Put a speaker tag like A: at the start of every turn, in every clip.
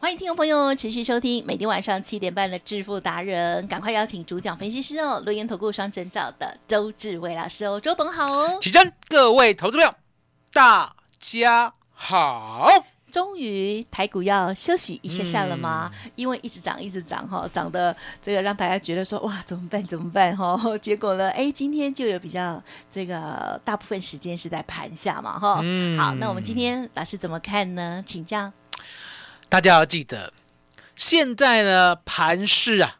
A: 欢迎听众朋友持续收听每天晚上七点半的《致富达人》，赶快邀请主讲分析师哦，轮研投顾双证照的周志伟老师哦，周董好哦。
B: 起真，各位投资朋友，大家好。
A: 终于台股要休息一下下了吗？因为一直涨，一直涨哈，涨的这个让大家觉得说哇，怎么办？怎么办？哈， 结果呢，哎，今天就有比较这个大部分时间是在盘下嘛哈。
B: 嗯
A: 好，那我们今天老师怎么看呢？请教。
B: 大家要记得，现在呢盘势啊，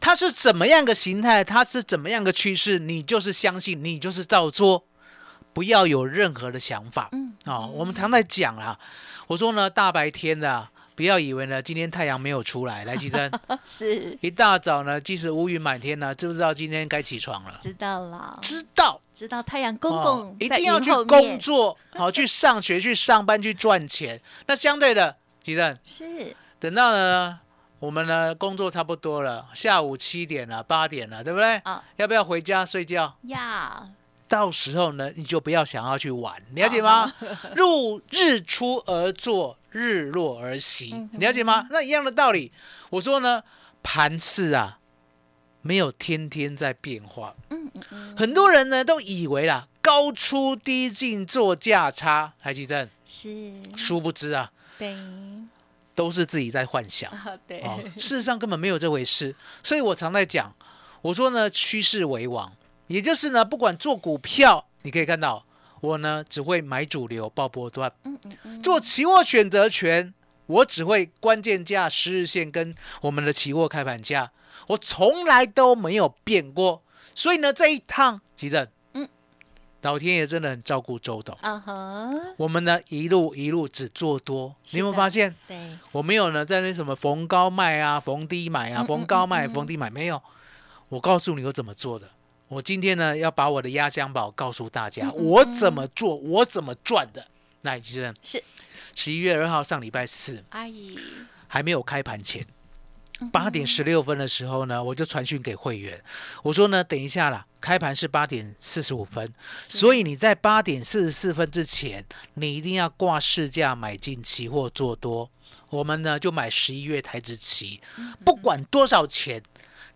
B: 它是怎么样个形态，它是怎么样个趋势，你就是相信，你就是照做，不要有任何的想法。
A: 嗯，
B: 哦，我们常在讲啦，我说呢，大白天的啊、不要以为呢今天太阳没有出来，来奇 珍，
A: 是
B: 一大早呢，即使乌云满天呢，知不知道今天该起床了？
A: 知道了，
B: 知道。
A: 知道太阳公
B: 哦
A: 公
B: 一
A: 在
B: 定要
A: 云
B: 去
A: 后
B: 工
A: 面
B: 作，好去上学、去上班、去赚钱。那相对的，其实
A: 是
B: 等到呢，我们呢工作差不多了，下午七点了、八点了，对不对？
A: 啊
B: 要不要回家睡觉？
A: 呀，
B: 到时候呢，你就不要想要去玩，了解吗？
A: 哦
B: 入日出而作，日落而息
A: 嗯，哼
B: 了解吗？那一样的道理，我说呢，盘次啊，没有天天在变化，
A: 嗯嗯嗯，
B: 很多人呢都以为啦，高出低进做价差，台积电，
A: 嗯是
B: 殊不知啊，
A: 对
B: 都是自己在幻想
A: 啊对，
B: 哦，事实上根本没有这回事。所以我常在讲，我说呢，趋势为王，也就是呢，不管做股票，你可以看到我呢只会买主流报波段，
A: 嗯嗯嗯，
B: 做期货选择权，我只会关键价、十日线跟我们的期货开盘价，我从来都没有变过。所以呢，这一趟急诊，
A: 嗯
B: 嗯，老天爷真的很照顾周董。
A: 啊哈，
B: 我们呢一路一路只做多，
A: 是
B: 你有没有
A: 的
B: 发现？
A: 对，
B: 我没有呢在那什么逢高卖啊、逢低买啊、
A: 嗯
B: 逢高卖、
A: 嗯嗯
B: 逢低买，没有。我告诉你我怎么做的。我今天呢要把我的压箱宝告诉大家，
A: 嗯嗯
B: 我怎么做，我怎么赚的。那其实
A: 是
B: 十一月二号上礼拜四
A: 阿姨
B: 还没有开盘前，八点十六分的时候呢，我就传讯给会员，我说呢，等一下啦，开盘是八点四十五分，所以你在八点四十四分之前，你一定要挂市价买进期货做多。我们呢就买十一月台子期，不管多少钱，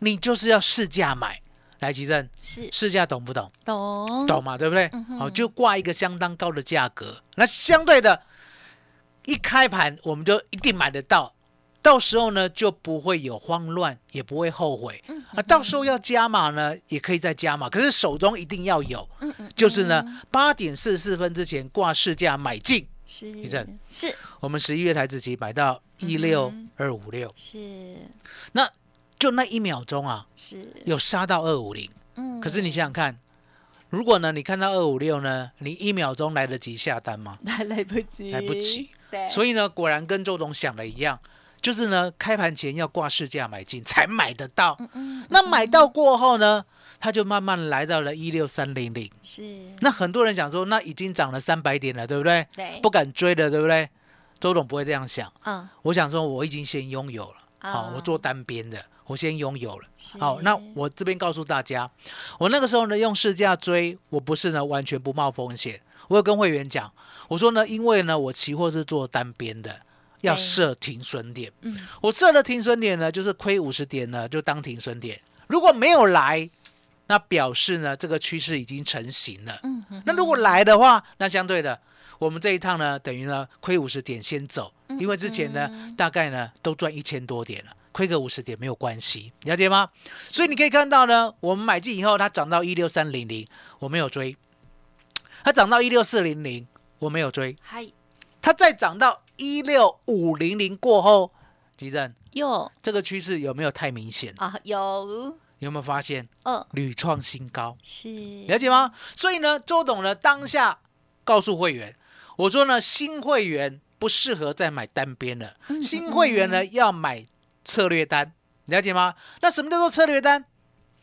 B: 你就是要市价买。来，吉正，
A: 是
B: 市价懂不懂？
A: 懂
B: 懂嘛，对不对？好，就挂一个相当高的价格。那相对的，一开盘我们就一定买得到，到时候呢就不会有慌乱，也不会后悔。啊，到时候要加码呢，也可以再加码，可是手中一定要有，就是呢八点四十四分之前挂市价买进。
A: 是
B: 阵
A: 是
B: 我们十一月台子期买到一六二五六，
A: 是
B: 那就那一秒钟啊，
A: 是，
B: 有杀到二五零。
A: 嗯，
B: 可是你想想看，如果呢你看到二五六呢，你一秒钟来得及下单吗？
A: 来来不及，
B: 来不及，
A: 对，
B: 所以呢，果然跟周董想的一样，就是呢，开盘前要挂市价买进才买得到。
A: 嗯
B: 那买到过后呢，它就慢慢来到了一六三零零。
A: 是
B: 那很多人想说，那已经涨了三百点了，对不对？
A: 对，
B: 不敢追了，对不对？周董不会这样想，
A: 嗯
B: 我想说我已经先拥有了，好、
A: 啊
B: 我做单边的，我先拥有了。
A: 是
B: 好，那我这边告诉大家，我那个时候呢用市价追，我不是呢完全不冒风险。我有跟会员讲，我说呢，因为呢我期货是做单边的，要
A: 对
B: 设停损点。
A: 嗯
B: 我设的停损点呢，就是亏五十点呢就当停损点，如果没有来，那表示呢这个趋势已经成型了。
A: 嗯哼
B: 那如果来的话，那相对的，我们这一趟呢，等于呢亏五十点先走，因为之前呢、大概呢都赚一千多点了，亏个五十点没有关系，了解吗？所以你可以看到呢，我们买进以后它涨到一六三零零，我没有追；它涨到一六四零零，我没有追；
A: 嗨
B: 它再涨到一六五零零过后，吉正
A: 有
B: 这个趋势有没有太明显？
A: 啊有
B: 有没有发现
A: 嗯
B: 屡创新高？
A: 是
B: 了解吗？所以呢，周董呢当下告诉会员，我说呢，新会员不适合再买单边了，
A: 嗯
B: 新会员呢要买策略单，了解吗？那什么叫做策略单？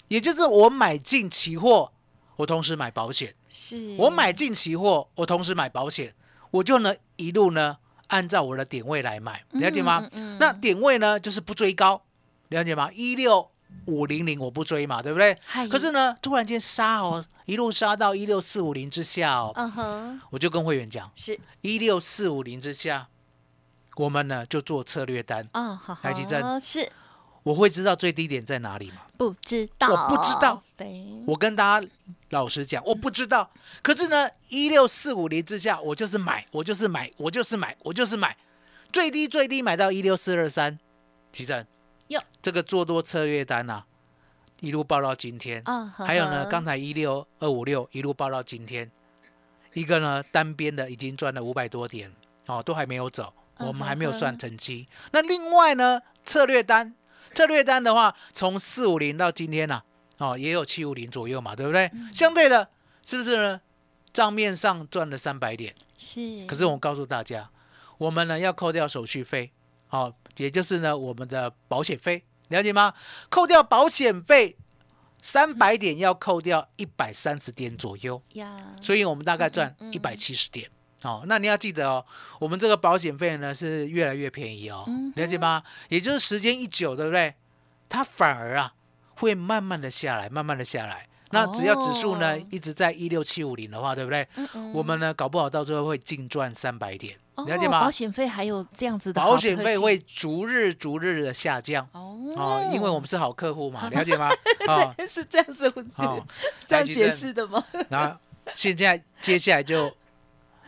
B: 也就是我买进期货，我同时买保险；
A: 是
B: 我买进期货，我同时买保险，我就呢一路呢按照我的点位来买，了解吗？
A: 嗯
B: 那点位呢就是不追高，了解吗？一六五零零我不追嘛，对不对？
A: 嗨
B: 可是呢，突然间杀哦，一路杀到一六四五零之下哦，
A: 嗯哼
B: 我就跟会员讲，
A: 是
B: 一六四五零之下，我们呢就做策略单，
A: 啊、好好，
B: 台积电
A: 是
B: 我会知道最低点在哪里吗？
A: 不知道，
B: 我不知道，
A: 对，
B: 我跟大家老实讲，我不知道。可是呢，一六四五零之下，我就是买，我就是买，我就是买，我就是买，最低最低买到一六四二三，奇正
A: 哟，
B: 这个做多策略单啊，一路报到今天。
A: 嗯，呵
B: 还有呢，
A: 呵
B: 刚才一六二五六一路报到今天，一个呢单边的已经赚了五百多点哦，都还没有走，我
A: 嗯哼
B: 们还没有算成绩。那另外呢，策略单，策略单的话，从四五零到今天呢、哦，也有七五零左右嘛，对不对？
A: 嗯
B: 相对的，是不是呢？账面上赚了三百点，
A: 是，
B: 可是我告诉大家，我们呢要扣掉手续费，哦，也就是呢我们的保险费，了解吗？扣掉保险费，三百点要扣掉一百三十点左右，
A: 呀，
B: 所以我们大概赚
A: 嗯嗯嗯
B: 一百七十点。哦，那你要记得哦，我们这个保险费呢是越来越便宜哦
A: 嗯，
B: 了解吗？也就是时间一久，对不对？它反而啊会慢慢的下来，慢慢的下来。那只要指数呢、
A: 哦
B: 一直在一六七五零的话，对不对？
A: 嗯嗯
B: 我们呢，搞不好到最后会净赚三百点，了解
A: 哦
B: 吗
A: 保？险费还有这样子的好
B: 保险
A: 特
B: 费
A: 性
B: 会逐日逐日的下降
A: 哦
B: 哦，因为我们是好客 户嘛，了解吗？哦，
A: 这是这样子，
B: 哦
A: 这
B: 台
A: 样解
B: 积电
A: 释的吗？
B: 然后现在接下来就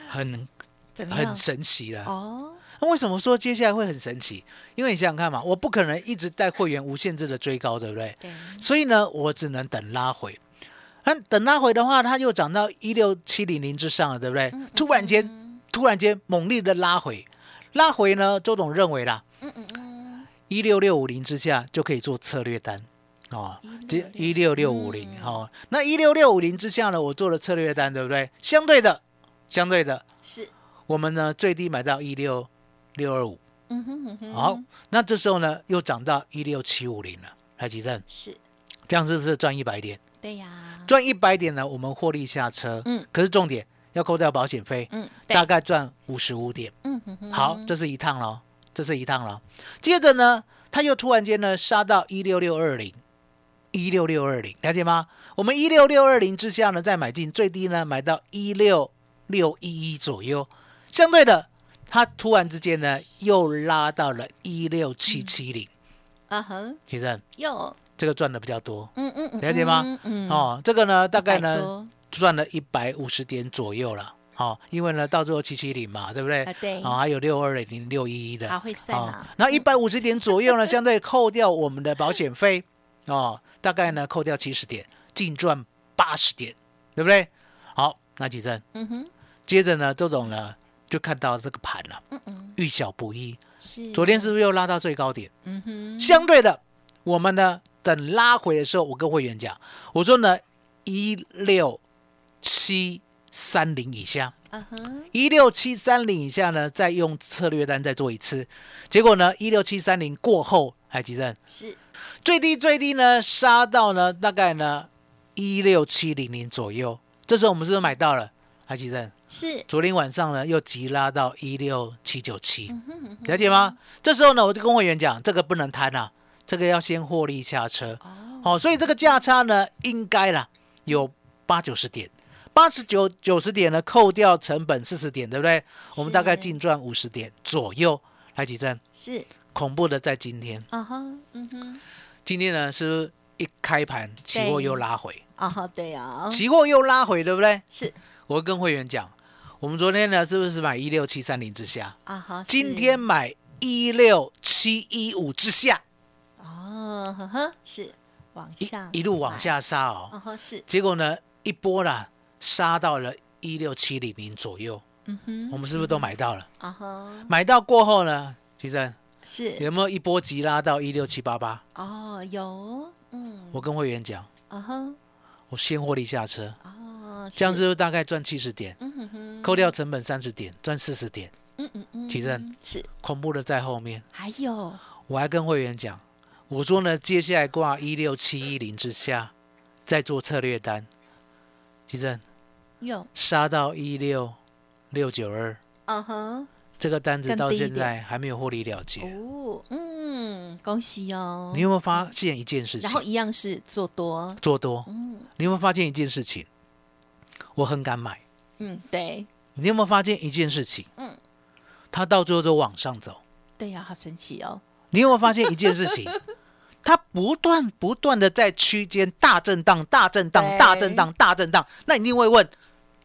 B: 很
A: 怎么样
B: 很？神奇了。
A: 哦，
B: 那为什么说接下来会很神奇？因为你想想看嘛，我不可能一直带会员无限制的追高，对不对？
A: 对，
B: 所以呢，我只能等拉回。那等拉回的话，它又涨到一六七零零之上了，对不对？突然间，
A: 嗯
B: 突然间猛烈的拉回，拉回呢，周董认为啦，
A: 嗯嗯嗯，
B: 一六六五零之下就可以做策略单哦，这一六六五零
A: 嗯
B: 哦，那一六六五零之下呢，我做了策略单，对不对？相对的，相对的，
A: 是，
B: 我们呢最低买到一六六二五，
A: 嗯哼嗯哼，
B: 好，，那这时候呢又涨到一六七五零了，来吉正，
A: 是
B: 这样是不是赚一百点？
A: 对呀，
B: 赚一百点呢，我们获利下车，
A: 嗯，
B: 可是重点要扣掉保险费，
A: 嗯，对
B: 大，概赚五十五点。
A: 嗯哼哼，
B: 好，这是一趟了，这是一趟了。接着呢，它又突然间呢杀到一六六二零，一六六二零，了解吗？我们一六六二零之下呢再买进，最低呢买到一六六一一左右。相对的，它突然之间呢又拉到了一六七七零，
A: 啊哼，
B: 其实
A: 哟，
B: 这个赚的比较多。
A: 嗯嗯嗯，
B: 了解吗
A: 嗯？嗯，
B: 哦，这个呢，大概
A: 100
B: 呢
A: 多，
B: 赚了一百五十点左右了，哦，因为呢，到最后七七零嘛，对不对？
A: 啊对
B: 哦，还有六二零六一一的，
A: 好会算
B: 哦
A: 啦，，
B: 那一百五十点左右呢， 相对扣掉我们的保险费哦，大概呢扣掉七十点，净赚八十点，对不对？好，那几正，
A: 嗯哼，
B: 接着呢，周总呢就看到这个盘了，
A: 嗯嗯，
B: 遇小不易，
A: 是，
B: 昨天是不是又拉到最高点？
A: 嗯哼，
B: 相对的，我们呢等拉回的时候，我跟会员讲，我说呢一六七三零以下，
A: 啊哼，
B: 一六七三零以下呢，再用策略单再做一次。结果呢，一六七三零过后，海吉正
A: 是，
B: 最低最低呢杀到呢大概呢一六七零零左右。这时候我们是不是买到了？海吉正
A: 是，
B: 昨天晚上呢又急拉到一六七九七，
A: 嗯哼嗯哼，
B: 了解吗？这时候呢我就跟会员讲，这个不能贪啊，这个要先获利下车。
A: 哦，
B: 哦，所以这个价差呢，应该啦有八九十点，八十九九十点呢，扣掉成本四十点，对不对？我们大概
A: 是
B: 净赚五十点左右。来，几正，
A: 是，
B: 恐怖的在今天，
A: 啊哈，嗯哼，
B: 今天呢是一开盘，期货
A: 对
B: 又拉回，
A: 啊哈，对啊，
B: 期货又拉回，对不对？
A: 是，
B: 我跟会员讲，我们昨天呢是不是买一六七三零之下？
A: 啊哈，
B: 今
A: 是
B: 天买一六七一五之下，
A: 哦，呵呵，是往下
B: 一一路往
A: 买，
B: 下杀哦。
A: 哦呵是，
B: 结果呢，一波啦杀到了一六七零零左右，
A: 嗯哼，
B: 我们是不是都买到了？
A: 啊哈
B: 买到过后呢，其
A: 呃
B: 实
A: 是，
B: 有没有一波急拉到一六七八八？
A: 哦有，嗯，
B: 我跟会员讲，
A: 啊哈，
B: 我先获利下车，
A: 哦，
B: 这样是，不是大概赚七十点，
A: 嗯哼哼，
B: 扣掉成本三十点，赚四十点，
A: 嗯嗯嗯，
B: 提振
A: 是，
B: 恐怖的在后面。
A: 还有
B: 我还跟会员讲，我说呢，接下来挂一六七一零之下，再做策略单，其实
A: 有，
B: 杀到一六六九二，
A: 啊哈，
B: 这个单子
A: 更
B: 到
A: 低一
B: 现
A: 点
B: 在还没有获利了结。
A: 哦，嗯，恭喜哦
B: 你，有没有发现一件事
A: 然后
B: 情？
A: 一样是做多，
B: 做多，
A: 嗯
B: 你有没有发现一件事情？我很敢买。
A: 嗯对，
B: 你有没有发现一件事情？
A: 嗯，
B: 它到最后都往上走。
A: 对呀、好神奇哦。
B: 你有没有发现一件事 情？它不断不断的在区间大震荡、大震荡、大震荡、大震荡。那你一定会问，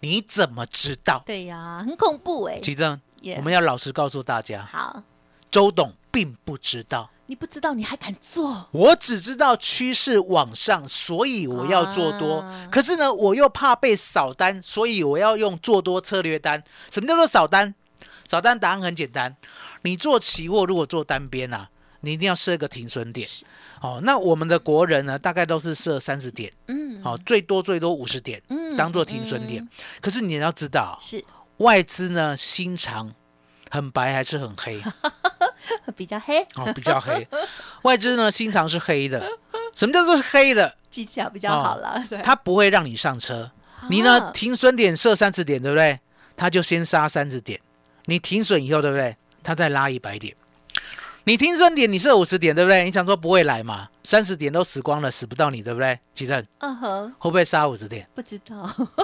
B: 你怎么知道？
A: 对呀、很恐怖哎、
B: 奇正
A: Yeah
B: 我们要老实告诉大家，
A: 好，
B: 周董并不知道，
A: 你不知道你还敢做，
B: 我只知道趋势往上，所以我要做多。
A: 啊
B: 可是呢，我又怕被扫单，所以我要用做多策略单。什么叫做扫单？扫单答案很简单，你做期货如果做单边啊，你一定要设个停损点。哦，那我们的国人呢，大概都是设三十点，
A: 嗯，
B: 好、最多最多五十点，
A: 嗯
B: 当做停损点。可是你要知道，
A: 是
B: 外资呢心肠很白还是很黑？
A: 比较黑，
B: 哦，比较黑。 外资呢心肠是黑的，什么叫做黑的？
A: 技巧比较
B: 哦
A: 好了。对，
B: 它不会让你上车。你呢
A: 啊
B: 停损点设三十点，对不对？它就先杀三十点。你停损以后，对不对？它再拉一百点。你停损点你设五十点，对不对？你想说不会来嘛？三十点都死光了，死不到你，对不对？奇正
A: 嗯哼，
B: 会不会杀五 十点？
A: 不知道，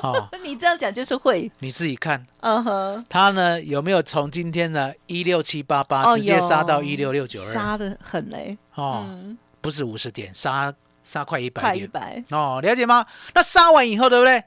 B: 哦，
A: 你这样讲就是会，
B: 你自己看。
A: 嗯哼，
B: 它呢有没有从今天的一六七八八
A: 哦
B: 直接杀到
A: 有
B: 一六六九二？
A: 杀的很嘞，
B: 哦，
A: 嗯，
B: 不是五十点，杀杀快一百
A: 快一
B: 点。
A: 百，
B: 哦，了解吗？那杀完以后，对不对？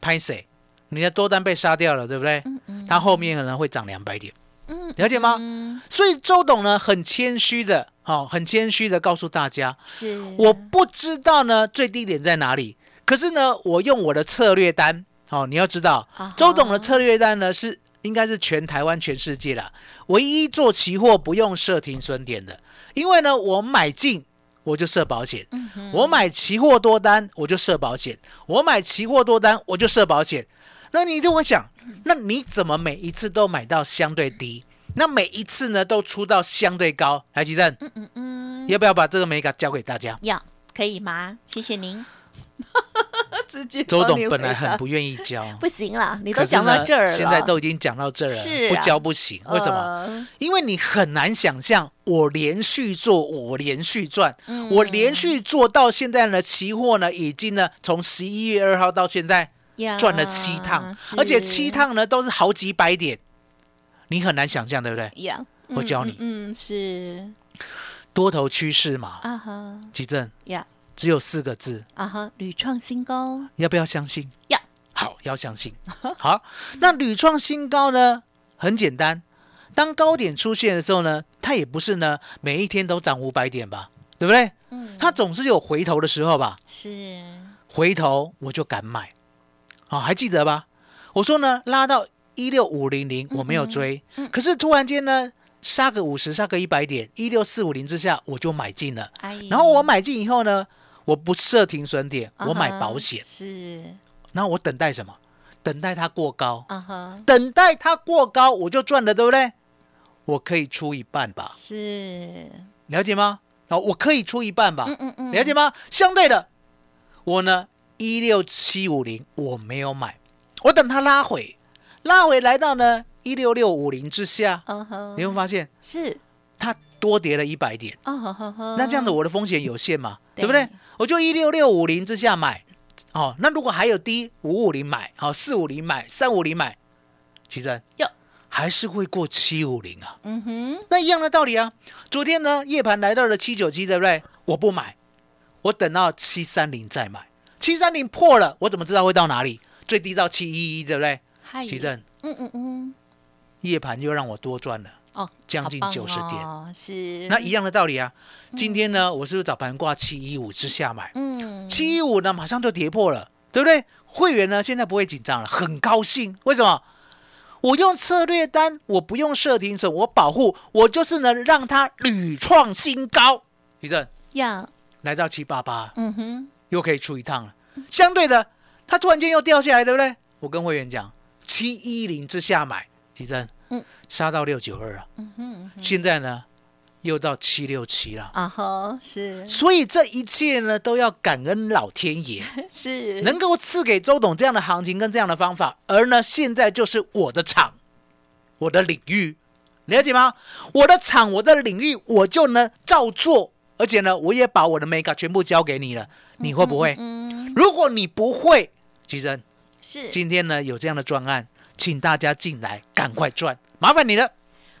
B: 拍谁？你的多单被杀掉了，对不对？
A: 嗯嗯
B: 它后面可能会涨两百点，
A: 嗯，
B: 了解吗？
A: 嗯，
B: 所以周董呢，很谦虚的，哦，很谦虚的告诉大家，
A: 是
B: 我不知道呢最低点在哪里，可是呢，我用我的策略单，哦，你要知道
A: 啊哈，
B: 周董的策略单呢是应该是全台湾、全世界啦，唯一做期货不用设停损点的，因为呢，我买进我就设保险，
A: 嗯
B: 我买期货多单我就设保险，我买期货多单我就设保险。那你一定会想，那你怎么每一次都买到相对低？那每一次呢都出到相对高？来，吉正，
A: 嗯嗯嗯，
B: 要不要把这个美感教给大家？
A: 要可以吗？谢谢 您。直接
B: 周
A: 帮
B: 董
A: 你
B: 本来
A: 回答
B: 很不愿意教，
A: 不行啦，你
B: 你
A: 都讲到这儿了，
B: 现在都已经讲到这儿了，
A: 是啊
B: 不教不行。为什么？
A: 呃
B: 因为你很难想象，我连续做，我连续赚，
A: 嗯
B: 我连续做到现在呢，期货呢已经呢从十一月二号到现在
A: 呀
B: 赚了七趟，
A: 啊是
B: 而且七趟呢都是好几百点，你很难想象，对不对？
A: 呀，
B: 我教你
A: 嗯嗯，嗯嗯是
B: 多头趋势嘛，
A: 啊哈
B: 吉正
A: 呀
B: 只有四个字，
A: 啊哈，屡创新高
B: 要不要相信？
A: 呀，
B: 好，要相信。好，那屡创新高呢？很简单，当高点出现的时候呢，它也不是呢每一天都涨五百点吧，对不对？
A: 嗯
B: 它总是有回头的时候吧。
A: 是
B: 回头我就敢买，啊、还记得吧？我说呢，拉到一六五零零我没有追，
A: 嗯
B: 可是突然间呢，杀个五十，杀个一百点，一六四五零之下我就买进了。
A: 哎呀，
B: 然后我买进以后呢，我不设停损点，
A: 啊哈
B: 我买保险。
A: 是
B: 那我等待什么？等待它过高，
A: 啊哈
B: 哦等待它过高，我就赚了，对不对？我可以出一半吧，
A: 是
B: 了解吗？哦，我可以出一半吧，
A: 嗯嗯嗯，
B: 了解吗？相对的，我呢一六七五零我没有买，我等它拉回，拉回来到呢一六六五零之下，
A: 啊哈
B: 你会发现
A: 是
B: 它多跌了一百点，
A: 啊哈哈哈，
B: 那这样子我的风险有限嘛，
A: 对
B: 对不对？我就一六六五零之下买，哦，那如果还有低五五零买，好四五零买，三五零买，其实
A: 哟
B: 还是会过七五零啊，
A: 嗯哼
B: 那一样的道理啊。昨天呢，夜盘来到了七九七，对不对？我不买，我等到七三零再买，七三零破了，我怎么知道会到哪里？最低到七一一，对不对？
A: 嗨
B: 其实
A: 嗯嗯嗯
B: 夜盘又让我多赚了。
A: 哦，
B: 将近
A: 好棒
B: 90点
A: 哦是
B: 那一样的道理啊，今天呢，我是不是早盘挂七一五之下买？
A: 嗯
B: 七一五呢，马上就跌破了，对不对？会员呢，现在不会紧张了，很高兴。为什么？我用策略单，我不用设停损，我保护，我就是呢，让它屡创新高。徐正
A: 呀
B: 来到七八八，
A: 嗯哼
B: 又可以出一趟了。相对的，它突然间又掉下来，对不对？我跟会员讲，七一零之下买，徐正，
A: 嗯，
B: 杀到六九二啊，
A: 嗯哼嗯哼
B: 现在呢，又到七六七了。
A: 啊哈是
B: 所以这一切呢，都要感恩老天爷。
A: 是
B: 能够赐给周董这样的行情跟这样的方法，而呢，现在就是我的场，我的领域，了解吗？我的场，我的领域，我就呢照做，而且呢，我也把我的 mega 全部交给你了，你会不会？
A: 嗯
B: 如果你不会，其实
A: 是
B: 今天呢有这样的专案，请大家进来赶快赚，麻烦你了。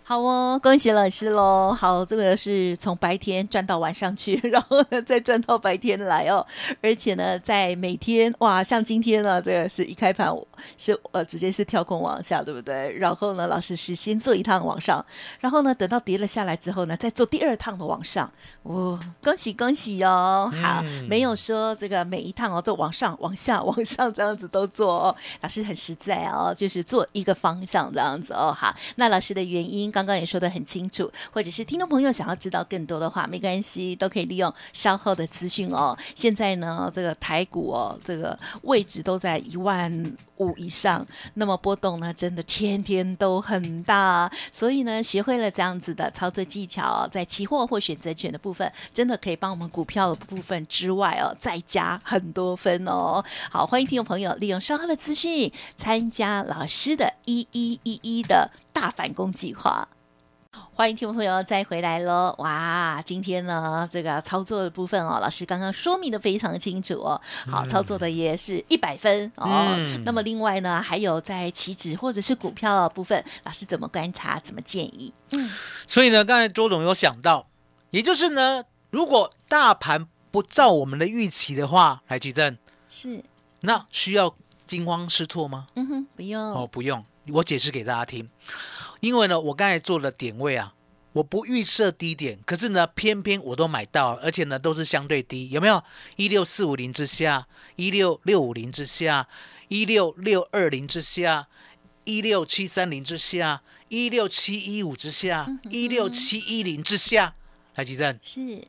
A: 好哦，恭喜老师喽！好，这个是从白天转到晚上去， 然后呢再转到白天来哦。而且呢，在每天哇，像今天呢，这个是一开盘是呃直接是跳空往下，对不对？然后呢，老师是先做一趟往上，然后呢等到跌了下来之后呢，再做第二趟的往上。哦，恭喜恭喜哦！好，
B: 嗯
A: 没有说这个每一趟哦，做往上、往下、往上这样子都做哦。老师很实在哦，就是做一个方向这样子哦。好，那老师的原因刚刚也说得很清楚，或者是听众朋友想要知道更多的话，没关系，都可以利用稍后的资讯哦。现在呢，这个台股哦，这个位置都在一万。五以上，那么波动呢，真的天天都很大。所以呢，学会了这样子的操作技巧，在期货或选择权的部分，真的可以帮我们股票的部分之外哦，再加很多分哦。好，欢迎听众朋友利用稍后的资讯，参加老师的“一一一一”的大反攻计划。欢迎听众朋友再回来喽！哇，今天呢，这个操作的部分哦，老师刚刚说明的非常清楚哦。好，操作的也是一百分哦。
B: 嗯
A: 那么另外呢，还有在期指或者是股票的部分，老师怎么观察，怎么建议？
B: 所以呢，刚才周总有想到，也就是呢，如果大盘不照我们的预期的话，来举证，
A: 是，
B: 那需要惊慌失措吗？
A: 嗯哼，不用，
B: 哦，不用，我解释给大家听。因为呢，我刚才做的点位啊，我不预设低点，可是呢，偏偏我都买到了，而且呢，都是相对低，有没有？一六四五零之下，一六六五零之下，一六六二零之下，一六七三零之下，一六七一五之下，一六七一零之下。来，吉正，
A: 是，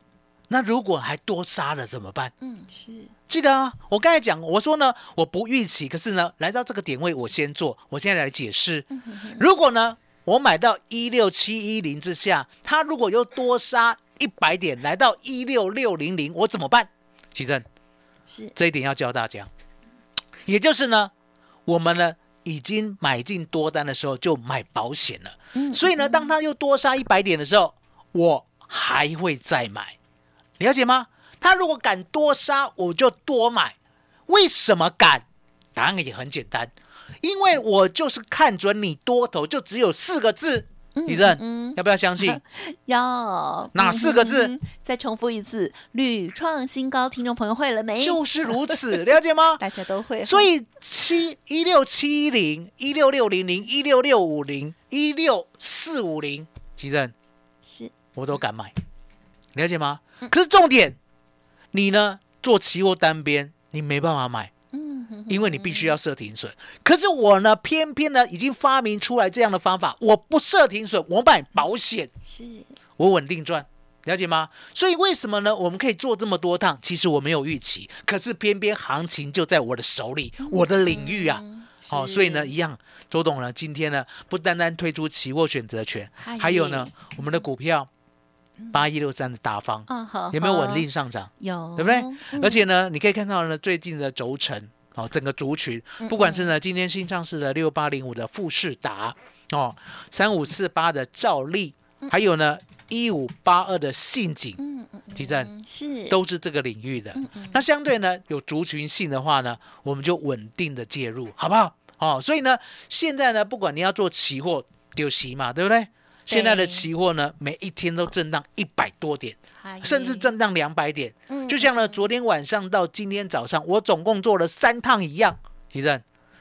B: 那如果还多杀了怎么办？
A: 嗯，是，
B: 记得啊，我刚才讲，我说呢，我不预期，可是呢，来到这个点位，我先做。我现在来解释，如果呢，我买到一六七一零之下，它如果又多杀一百点，来到一六六零零，我怎么办？奇正，
A: 是，
B: 这一点要教大家，也就是呢，我们呢已经买进多单的时候就买保险了，
A: 嗯
B: 所以呢，当它又多杀一百点的时候，我还会再买，了解吗？它如果敢多杀，我就多买。为什么敢？答案也很简单，因为我就是看准你多头就只有四个字，李正、
A: 嗯
B: 要不要相 信？
A: 要
B: 哪四个
A: 嗯
B: 字
A: 哼哼再重复一次，屡创新高，听众朋友会了没？
B: 就是如此，了 解吗？
A: 大家都会，
B: 所以七一六七零一六六零零一六六五零一六四五零，奇正
A: 是
B: 我都敢买，了解吗？
A: 嗯
B: 可是重点，你呢做期货单边，你没办法买，
A: 嗯，
B: 因为你必须要设停损。可是我呢，偏偏呢已经发明出来这样的方法，我不设停损，我买保险，
A: 是
B: 我稳定赚。了解吗？所以为什么呢？我们可以做这么多趟，其实我没有预期，可是偏偏行情就在我的手里，
A: 嗯
B: 我的领域啊。好、所以呢，一样，周董呢，今天呢，不单单推出期货选择权，
A: 嗨
B: 还有呢，我们的股票八一六三的大方、
A: 啊，好，
B: 有没有稳
A: 好？
B: 定上涨？
A: 有，
B: 对不对？
A: 嗯
B: 而且呢，你可以看到呢，最近的轴承哦，整个族群，
A: 嗯
B: 不管是呢今天新上市的六八零五的富士达
A: 嗯
B: 哦，三五四八的兆利，还有呢一五八二的信景，
A: 嗯嗯
B: 地震。
A: 嗯，是
B: 都是这个领域的。那相对呢，有族群性的话呢，我们就稳定的介入，好不好？哦，所以呢，现在呢，不管你要做期货丢席嘛，对不对？现在的期货呢，每一天都震荡一百多点，
A: 嗨
B: 甚至震荡两百点。
A: 嗯
B: 就像呢，昨天晚上到今天早上，我总共做了三趟一样。提正，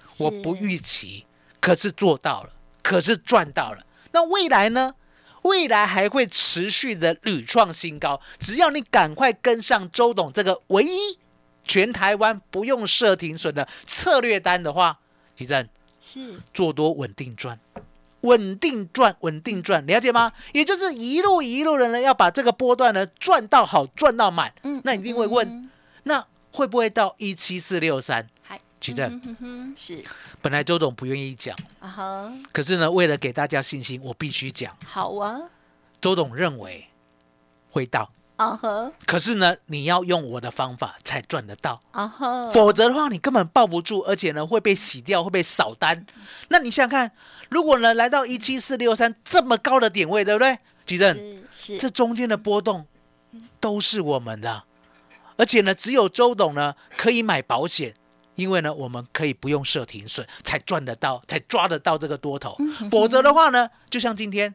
A: 是
B: 我不预期，可是做到了，可是赚到了。那未来呢？未来还会持续的屡创新高，只要你赶快跟上周董这个唯一全台湾不用设停损的策略单的话，提正
A: 是
B: 做多稳定赚，稳定赚，稳定赚，了解吗？也就是一路一路的呢，要把这个波段呢赚到好，赚到满。
A: 嗯
B: 那你一定会问，那会不会到一七四六三？
A: 嗨，
B: 奇正
A: 嗯哼哼哼是
B: 本来周董不愿意讲，
A: 啊哈，
B: 可是呢，为了给大家信心，我必须讲。
A: 好啊，
B: 周董认为会到，
A: 啊哈，
B: 可是呢，你要用我的方法才赚得到。
A: 啊哈，
B: 否则的话，你根本抱不住，而且呢会被洗掉，会被扫单。那你想想看，如果呢来到一七四六三这么高的点位，对不对？吉正，
A: 是是
B: 这中间的波动都是我们的，而且呢，只有周董呢可以买保险，因为呢我们可以不用设
A: 嗯
B: 停损，才赚得到，才抓得到这个多头。否则的话呢，就像今天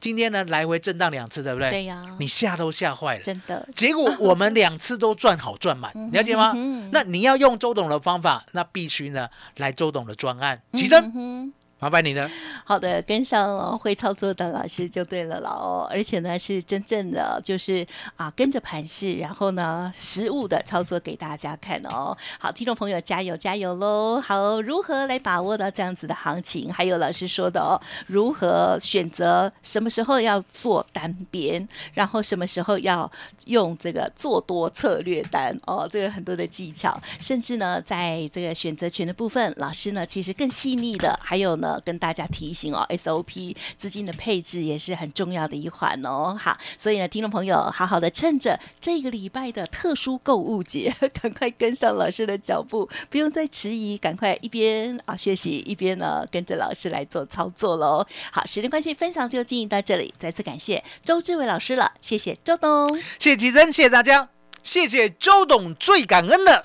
B: 今天呢来回震荡两次，对不对？
A: 对呀
B: 你吓都吓坏了。
A: 真嗯的，
B: 结果我们两次都赚好赚满，了解吗？那你要用周董的方法，那必须呢来周董的专案。奇
A: 嗯
B: 珍，
A: 哼。
B: 麻烦你了。
A: 好的，跟上哦会操作的老师就对了了哦，而且呢是真正的就是啊跟着盘势，然后呢实物的操作给大家看哦。好，听众朋友加油加油喽！好，如何来把握到这样子的行情？还有老师说的哦，如何选择什么时候要做单边，然后什么时候要用这个做多策略单哦，这个很多的技巧，甚至呢，在这个选择权的部分，老师呢其实更细腻的，还有呢跟大家提醒哦，SOP 资金的配置也是很重要的一环哦。好，所以呢，听众朋友好好的趁着这个礼拜的特殊购物节， 赶快跟上老师的脚步，不用再迟疑，赶快一边啊学习，一边呢跟着老师来做操作喽。好，时间关系，分享就进行到这里，再次感谢周志伟老师了，谢谢周董。
B: 谢谢奇珍，谢谢大家，谢谢周董，最感恩的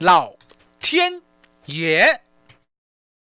B: 老天爷。